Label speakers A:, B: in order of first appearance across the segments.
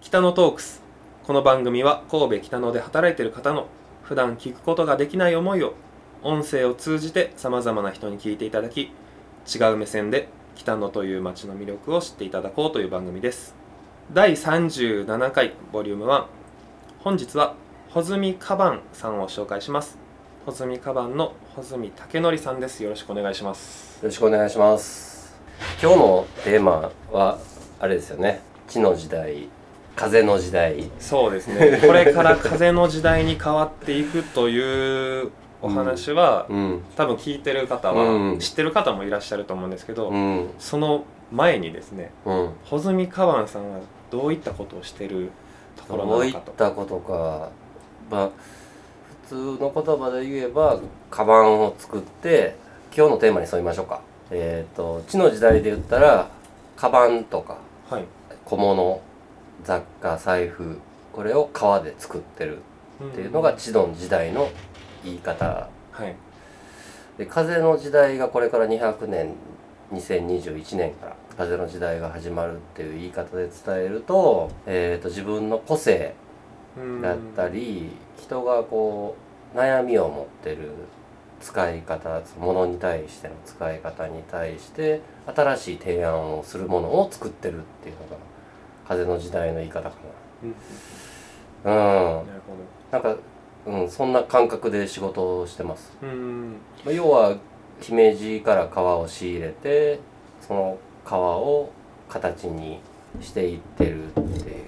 A: 北野トークスこの番組は神戸北野で働いている方の普段聞くことができない思いを音声を通じてさまざまな人に聞いていただき違う目線で北野という街の魅力を知っていただこうという番組です第37回ボリューム1本日は穂積カバンさんを紹介します穂積カバンの穂積武則さんですよろしくお願いします
B: よろしくお願いします今日のテーマはあれですよね地の時代風の時代
A: そうですねこれから風の時代に変わっていくというお話は、
B: うん
A: 多分聞いてる方は、
B: うん
A: 知ってる方もいらっしゃると思うんですけど、
B: うん
A: その前にですね
B: うん
A: 穂積カバンさんはどういったことをしてるところ
B: どう
A: ないの
B: っ
A: かと
B: たことかまあ普通の言葉で言えばカバンを作って今日のテーマに沿いましょうかえっ、と地の時代で言ったらカバンとか
A: はい、
B: 小物雑貨財布これを革で作ってるっていうのが
A: ん
B: 地の時代の言い方
A: はい
B: で風の時代がこれから200年2021年から風の時代が始まるっていう言い方で伝えると,、えー、と自分の個性だったり、人がこう悩みを持ってる使い方物に対しての使い方に対して新しい提案をするものを作ってるっていうのが風の時代の言い方か
A: うん、うん
B: な。うん
A: なるほ
B: なんか、うん、そんな感覚で仕事をしてます。
A: どうん
B: まあ要は姫路から皮を仕入れてその皮を形にしていってるっていう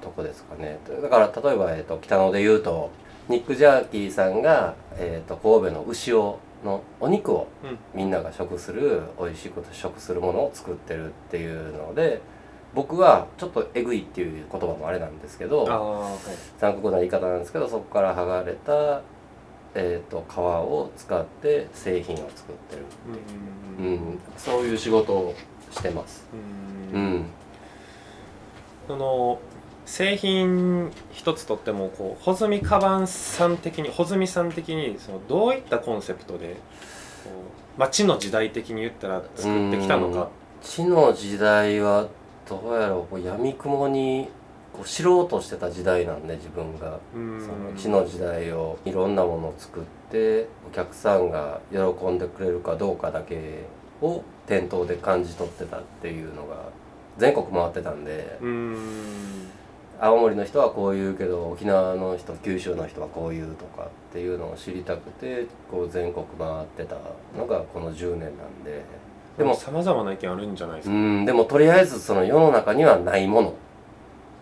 B: とこですかねだから例えば、えっと北野で言うとニック・ジャーキーさんが、えっと神戸の牛をのお肉を
A: うん
B: みんなが食する美味しく食するものを作ってるっていうので僕はちょっとえぐいっていう言葉もあれなんですけど
A: ああはい
B: 残酷な言い方なんですけどそこから剥がれた、えー、と皮を使って製品を作ってる、
A: う
B: うん
A: うん
B: ん、そういう仕事をしてます、
A: うん
B: うん
A: その製品一つとってもこう穂積カバンさん的に穂積さん的にそのどういったコンセプトでこう街の時代的に言ったら作ってきたのか
B: 地の時代はどうやろうこう闇雲にこう知ろうとしてた時代なんで自分が
A: うん
B: その地の時代をいろんなものを作ってお客さんが喜んでくれるかどうかだけを店頭で感じ取ってたっていうのが全国回ってたんで。
A: うん
B: 青森の人はこう言うけど沖縄の人九州の人はこう言うとかっていうのを知りたくてこう全国回ってたのがこの10年なんで
A: で
B: で
A: も
B: も
A: さまざまな意見あるんじゃないで
B: う
A: すか、
B: んでもとりあえずその世の中にはないもの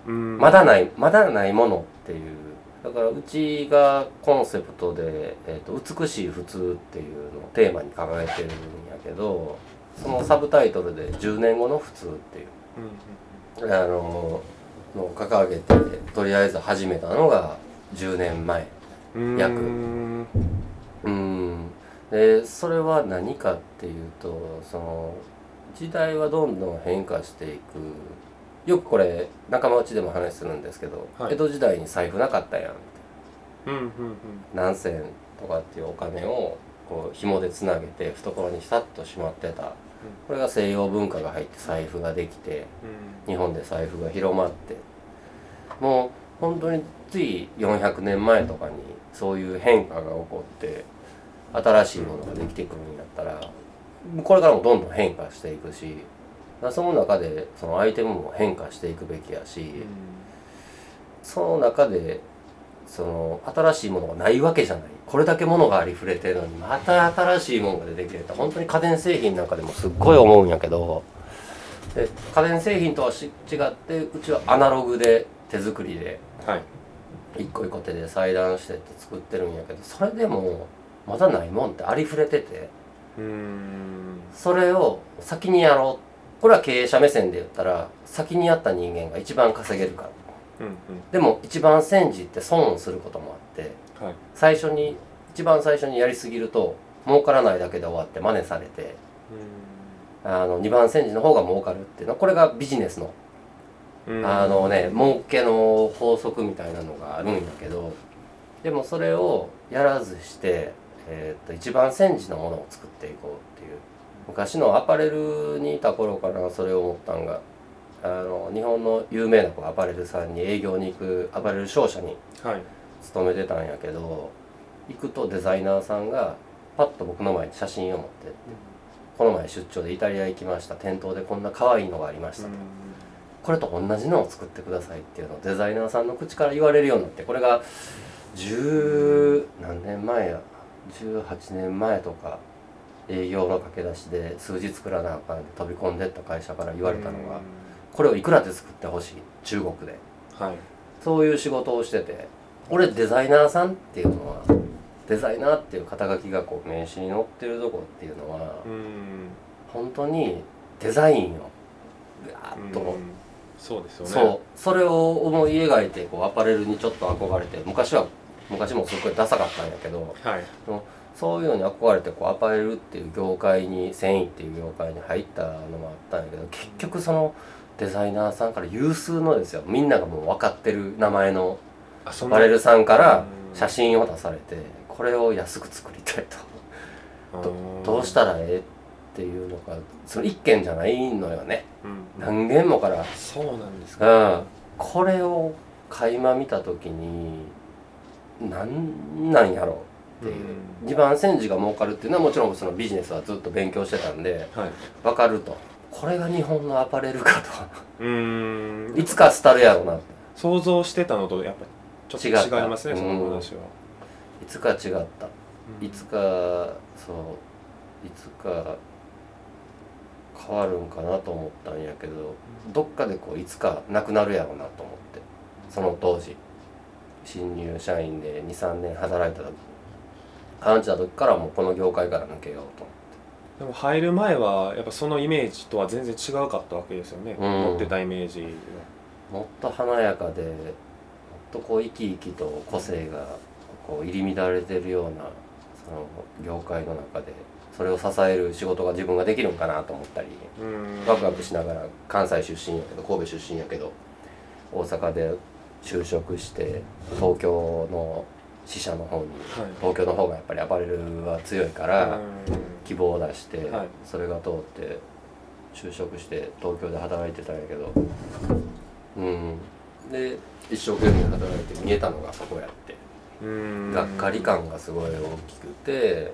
A: うん
B: まだないまだないものっていうだからうちがコンセプトで「えー、と美しい普通」っていうのをテーマに掲げてるんやけどそのサブタイトルで「10年後の普通」っていう
A: うんうん
B: あののを掲げてとりあえず始めたのが10年前
A: うん
B: 約
A: うん
B: うんでそれは何かっていうとその時代はどんどん変化していくよくこれ仲間内でも話するんですけど、
A: はい
B: 江戸時代に財布なかったやん
A: うんうん
B: 何銭とかっていうお金をこう紐でつなげて懐にさっとしまってたこれが西洋文化が入って財布ができて日本で財布が広まってもう本当につい400年前とかにそういう変化が起こって新しいものができてくるんだったらこれからもどんどん変化していくしだからその中でそのアイテムも変化していくべきやし
A: うん
B: その中でその新しいものがないわけじゃないこれだけものがありふれてるのにまた新しいものが出てきてた本当に家電製品なんかでもすっごい思うんやけどで家電製品とはし違ってうちはアナログで手作りで
A: はい
B: 一個一個手で裁断してって作ってるんやけどそれでもまだないもんってありふれてて
A: うん
B: それを先にやろうこれは経営者目線で言ったら先にやった人間が一番稼げるから
A: うんうん
B: でも一番戦時って損をすることもあって
A: はい
B: 最初に一番最初にやりすぎると儲からないだけで終わって真似されてあの2番煎じの方が儲かるっていうのはこれがビジネスの
A: うん
B: あのね儲けの法則みたいなのがあるんやけどでもそれをやらずして、えーっと一番煎じのものを作っていこうっていう昔のアパレルにいた頃からそれを思ったんがあの日本の有名なこうアパレルさんに営業に行くアパレル商社に
A: はい
B: 勤めてたんやけど行くとデザイナーさんがパッと僕の前に写真を持ってこの前出張でイタリア行きました店頭でこんな可愛いのがありましたと、これと同じのを作ってくださいっていうのをデザイナーさんの口から言われるようになってこれが十何年前や18年前とか営業の駆け出しで数字作らなあかんで飛び込んでった会社から言われたのがこれをいくらで作ってほしい中国で
A: がはい
B: そういう仕事をしてて俺デザイナーさんっていうのはデザイナーっていう肩書きがこう名刺に載ってるとこっていうのは
A: うん
B: 本当にデザインをガーッと
A: うんそうですよね
B: そうそれを思い描いてこうアパレルにちょっと憧れて昔は昔もすごいダサかったんやけど
A: はい
B: そういうのに憧れてこうアパレルっていう業界に繊維っていう業界に入ったのもあったんやけど結局そのデザイナーさんから有数のですよみんながもう分かってる名前の
A: あ
B: ア
A: そんな
B: パレルさんから
A: うん
B: 写真を出されてこれを安く作りたいとど
A: うん
B: どうしたらええっていうのがその一件じゃないのよね
A: うん
B: 何件もから
A: そうなんです
B: うん
A: か、
B: これを垣間見た時になんなんやろうっていう、
A: うん
B: 二番煎じが儲かるっていうのはもちろんそのビジネスはずっと勉強してたんで
A: はい
B: 分かるとこれが日本のアパレルか
A: うー
B: と
A: ん
B: いつか廃るやろうなって
A: 想像してたのとやっぱりちょっと
B: 違った
A: 違いますねその話は、
B: いつか違ったいつかそういつか変わるんかなと思ったんやけどどっかでこういつかなくなるやろうなと思ってその当時新入社員で23年働いた時感じた時からもうこの業界から抜けよう
A: で
B: と
A: も入る前はやっぱそのイメージとは全然違うかったわけですよね、
B: ん
A: 持ってたイメージは
B: もっと華やかでもっとこう生き生きと個性がこう入り乱れてるようなその業界の中でそれを支える仕事が自分ができるんかなと思ったり。
A: うーん
B: ワクワクしながら関西出身やけど神戸出身やけど大阪で就職して東京の支社の方に
A: はい
B: 東京の方がやっぱりアパレルは強いから希望を出して
A: はい
B: それが通って就職して東京で働いてたんやけどうんで一生懸命働いて見えたのがそこやって
A: うーん
B: がっかり感がすごい大きくて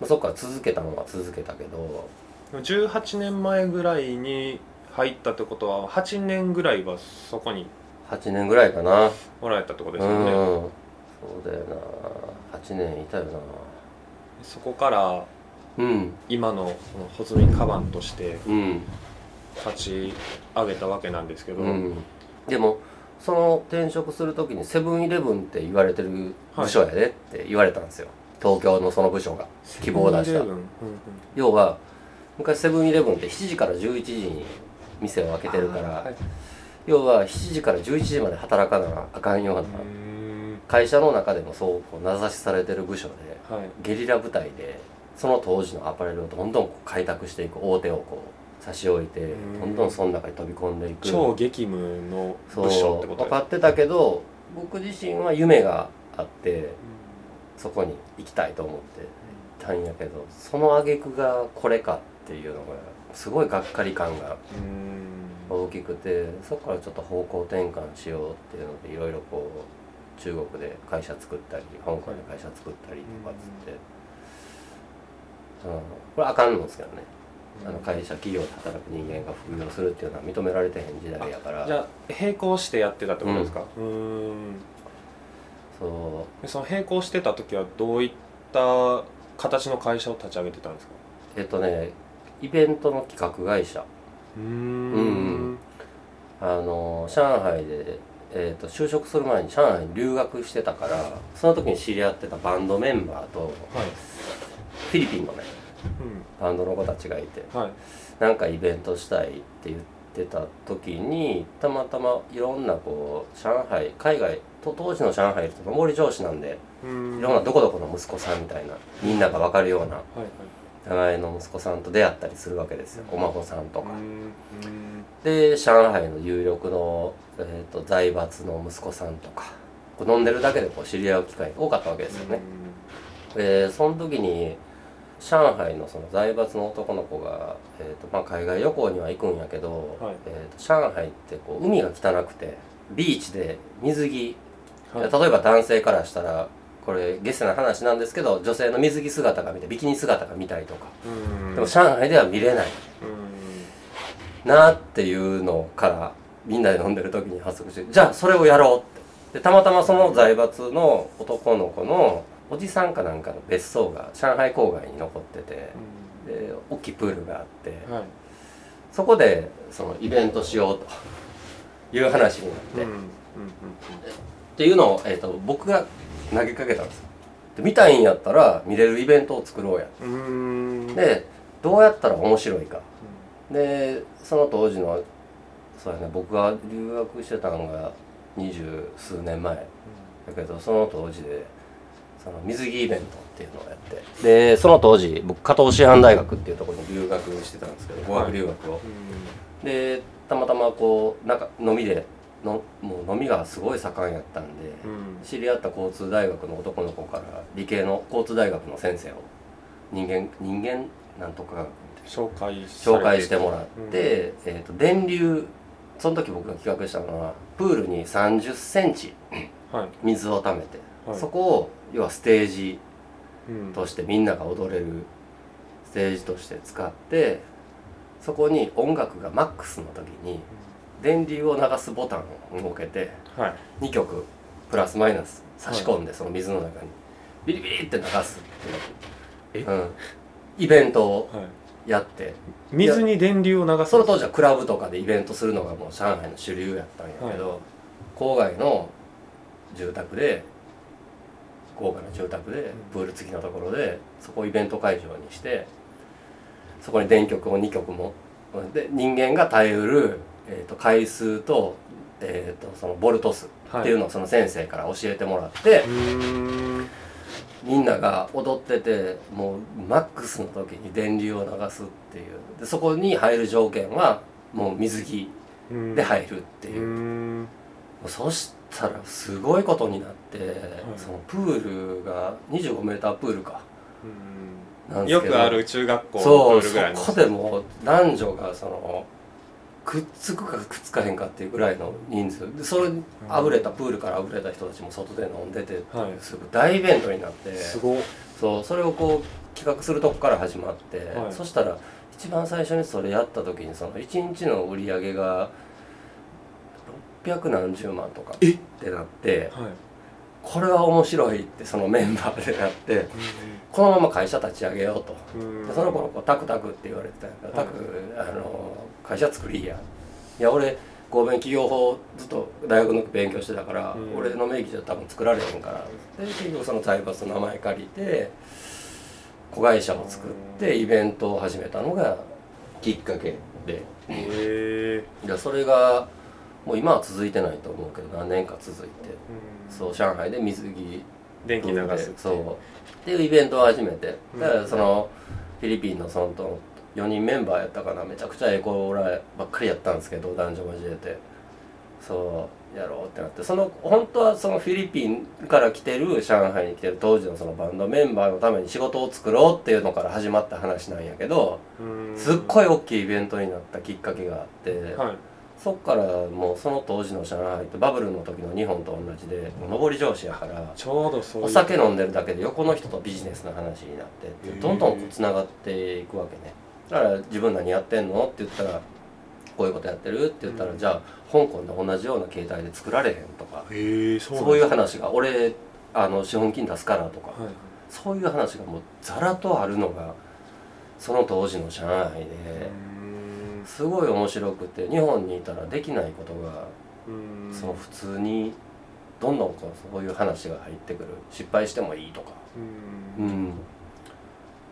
B: まあそっから続けたのは続けたけど
A: 18年前ぐらいに入ったってことは8年ぐらいはそこに
B: 8年ぐらいかな
A: おられたってことです
B: うん
A: よね
B: そうだよな8年いたよな
A: そこから
B: うん
A: 今のこの穂積カバンとして
B: うん
A: 立ち上げたわけなんですけど、
B: うんでもその転職する時にセブンイレブンって言われてる部署やでって言われたんですよ、東京のその部署が希望を出した
A: セブンイレブンうんうん
B: 要は昔セブンイレブンって7時から11時に店を開けてるから、
A: あーはい
B: 要は7時から11時まで働かなあかんような、
A: うーん
B: 会社の中でもそうこう名指しされてる部署で、
A: はい
B: ゲリラ部隊でその当時のアパレルをどんどんこう開拓していく大手をこう差し置いて
A: うん
B: どんどんその中に飛び込んでいく
A: 超激務の
B: そう
A: 部署ってこと
B: 分かってたけど僕自身は夢があってそこに行きたいと思ってたんやけどその挙句がこれかっていうのがすごいがっかり感が
A: うーん
B: 大きくてそこからちょっと方向転換しようっていうのでいろいろこう中国で会社作ったり香港で会社作ったりとかっつって、うん、これあかんのですけどねあの会社企業で働く人間が副業するっていうのは認められてへん時代やから
A: じゃあ並行してやってたってことですかうーん
B: そ
A: でその並行してた時はどういった形の会社を立ち上げてたんですか
B: うえっとねイベントの企画会社
A: うー
B: うん
A: ん
B: あの上海で、えっと就職する前に上海に留学してたからその時に知り合ってたバンドメンバーと
A: はい
B: フィリピンのねバンドの子たちがいて
A: うんはい
B: なんかイベントしたいって言ってた時にたまたまいろんなこう上海海外と当時の上海って上り調子なんで
A: うー
B: い
A: ん
B: ろんなどこどこの息子さんみたいなみんなが分かるよう
A: はい
B: な
A: はい
B: 名前の息子さんと出会ったりするわけですよお孫さんとか
A: うー。んうーん
B: で上海の有力の、えー、と財閥の息子さんとかこう飲んでるだけでこう知り合う機会が多かったわけですよね。
A: う
B: でその時に上海のその財閥の男の子が、えーとまあ、海外旅行には行くんやけど、
A: はい
B: えー、と上海ってこう海が汚くてビーチで水着、
A: はい
B: 例えば男性からしたらこれゲスな話なんですけど女性の水着姿が見てビキニ姿が見たいとか、
A: うん
B: でも上海では見れない
A: うん
B: なっていうのからみんなで飲んでる時に発足してじゃあそれをやろうってでたまたまその財閥の男の子のおじさんかなんかの別荘が上海郊外に残っててで大きいプールがあって
A: うんはい
B: そこでそのイベントしようという話になって、
A: うん
B: っ
A: うんうん
B: ていうのを、えー、と僕が投げかけたんですよで見たいんやったら見れるイベントを作ろうや
A: うんうん
B: でどうやったら面白いかでその当時のそうやね僕が留学してたのが二十数年前だけどその当時でその水着イベントっていうのをやってでその当時僕加藤師範大学っていうところに留学してたんですけど語学留学を、でたまたまこうなんか飲みでのもう飲みがすごい盛んやったんで、
A: うんうん
B: 知り合った交通大学の男の子から理系の交通大学の先生を人間人間なんとか学みたい
A: 紹
B: な
A: 介され
B: 紹介してもらって、えー、と電流その時僕が企画したのはプールに3 0センチ
A: はい
B: 水をためて、
A: はい
B: そこを要はステージ
A: うん
B: としてみんなが踊れるステージとして使ってそこに音楽がマックスの時に電流を流すボタンを設けて
A: はい
B: 2曲プラスマイナス差し込んでその水の中にビリビリって流すっていう、うん、イベントを
A: はい
B: やって。
A: 水に電流を流す
B: その当時はクラブとかでイベントするのがもう上海の主流やったんやけど、郊外の住宅で郊外の住宅でプール付きのところでそこをイベント会場にしてそこに電極を2極もで人間が耐えうる、えーと回数と,、えーとそのボルト数っていうのをその先生から教えてもらって、
A: うーん
B: みんなが踊っててもうマックスの時に電流を流すっていうでそこに入る条件はもう水着
A: うん
B: で入るっていう、
A: う
B: も
A: ん
B: うそしたらすごいことになって、そのプールが 25m プールかな
A: うんん
B: です
A: よ
B: けど
A: くある中学校
B: そ
A: のプー
B: う
A: ル
B: そ
A: ぐらいの
B: こでもう男女がそのくっつくかくっつかへんかっていうぐらいの人数でそれにあぶれたプールからあぶれた人たちも外で飲んでてっていう
A: はい
B: すごい大イベントになって
A: すごい
B: そうそれをこう企画するとこから始まって、
A: はい
B: そしたら一番最初にそれやった時にその1日の売り上げが600何十万とかってなって
A: はい
B: これは面白いってそのメンバーでなってこのまま会社立ち上げようと。
A: うん
B: でその頃こうタクタクって言われてたんやか
A: は
B: ら、
A: い
B: タクあの会社作りやいや俺合弁企業法ずっと大学の時勉強してたから、
A: うん
B: 俺の名義じゃ多分作られへんからで結局その財閥の名前借りて子会社を作ってイベントを始めたのがきっかけで
A: へえ
B: いやそれがもう今は続いてないと思うけど何年か続いて
A: うん
B: そう上海で水着
A: 電気流すってい
B: そうっていうイベントを始めて
A: うん
B: だからそのフィリピンのその4人メンバーやったかなめちゃくちゃエコーラばっかりやったんですけど男女交えてそうやろうってなってその本当はそのフィリピンから来てる上海に来てる当時のそのバンドメンバーのために仕事を作ろうっていうのから始まった話なんやけど
A: うん
B: すっごい大きいイベントになったきっかけがあって、
A: はい
B: そっからもうその当時の上海ってバブルの時の日本と同じでもう上り調子やから
A: ちょうどそういう
B: お酒飲んでるだけで横の人とビジネスの話になってっていう
A: へー
B: どんどんこうつながっていくわけねだから自分何やってんのって言ったらこういうことやってるって言ったら、
A: うん
B: じゃあ香港で同じような携帯で作られへんとか
A: へえそうなん
B: そういう
A: だ
B: 話が俺あの資本金出すからとか
A: はい
B: そういう話がもうざらとあるのがその当時の上海で
A: うん
B: すごい面白くて日本にいたらできないことが
A: うん
B: その普通にどんどんこうそういう話が入ってくる失敗してもいいとか。
A: うん
B: うん、だ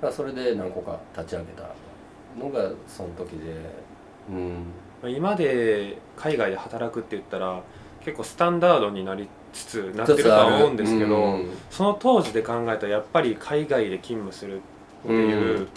B: からそれで何個か立ち上げたのがその時で、うん、
A: まあ今で海外で働くって言ったら結構スタンダードになりつつなってるとは思うんですけど、
B: うん
A: その当時で考えたらやっぱり海外で勤務するっていう、
B: うん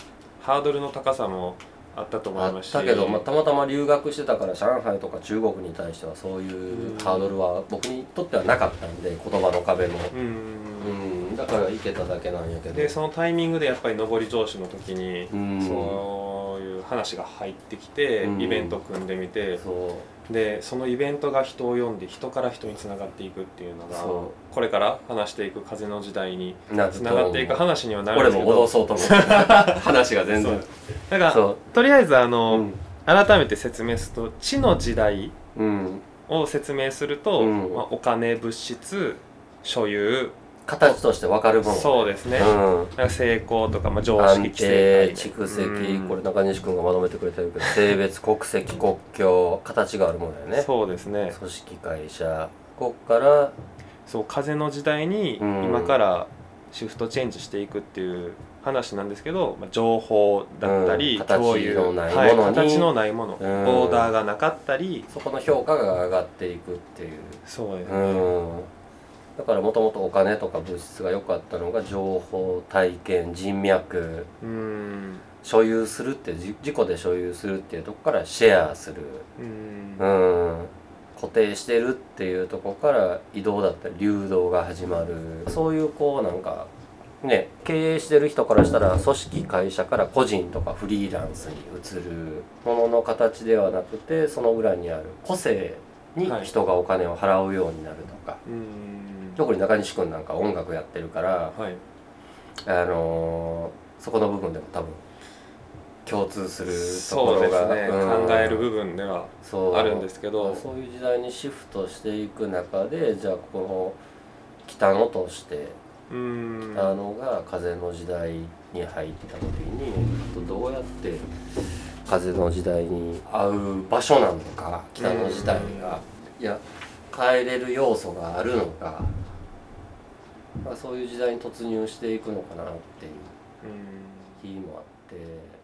A: ハードルの高さもあったと思
B: あ
A: いま
B: っ
A: した
B: けど、まあ、たまたま留学してたから上海とか中国に対してはそういうハードルは僕にとってはなかったんで言葉の壁も、
A: うん
B: うん、だから行けただけなんやけど
A: でそのタイミングでやっぱり上り上司の時に、
B: うん
A: そういう話が入ってきて、
B: うん
A: イベント組んでみて、
B: そ
A: でそのイベントが人を呼んで人から人につながっていくっていうのが
B: そ
A: これから話していく風の時代に
B: うな
A: つながっていく話にはなる
B: 俺
A: んです
B: も
A: けど
B: 脅そうと思って話が全
A: そう
B: 然
A: だから
B: そう
A: とりあえずあの、
B: うん
A: 改めて説明すると地の時代
B: うん
A: を説明すると、
B: うん
A: まあ、お金物質所有
B: 形として分かるもん
A: そうですね、
B: うん
A: だから成功とか、まあ、常識
B: 安
A: 規制
B: 定蓄積
A: うん
B: これ中西君がまとめてくれてるけど 性別国籍国境形があるもんだよね
A: そうですね
B: 組織会社こっから
A: そう風の時代に
B: うん
A: 今からシフトチェンジしていくっていう話なんですけど、まあ、情報だったり、
B: うん形
A: 共有
B: のない
A: はい
B: ものに
A: 形のないもの、
B: うん
A: ボーダーがなかったり
B: そこの評価が上がっていくっていう
A: そうですね、
B: うんだからもともとお金とか物質が良かったのが情報体験人脈
A: うん
B: 所有するってじ自己で所有するっていうとこからシェアする、
A: うん
B: うん、固定してるっていうとこから移動だったり流動が始まるそういうこうなんかね経営してる人からしたら組織会社から個人とかフリーランスに移るものの形ではなくてその裏にある個性に人がお金を払うようになるとか、
A: うん
B: 特に中西君なんか音楽やってるから
A: はい
B: あのーそこの部分でも多分共通するとこ
A: そうで
B: ろが
A: すね、
B: うん
A: 考える部分では
B: そう
A: あるんですけど
B: そういう時代にシフトしていく中でじゃあこの北野として
A: うん
B: 北野が風の時代に入った時にどうやって風の時代に合う場所なのか北野時代がいや変えれる要素があるのか、まあ、そういう時代に突入していくのかなっていう
A: うん
B: 日もあって。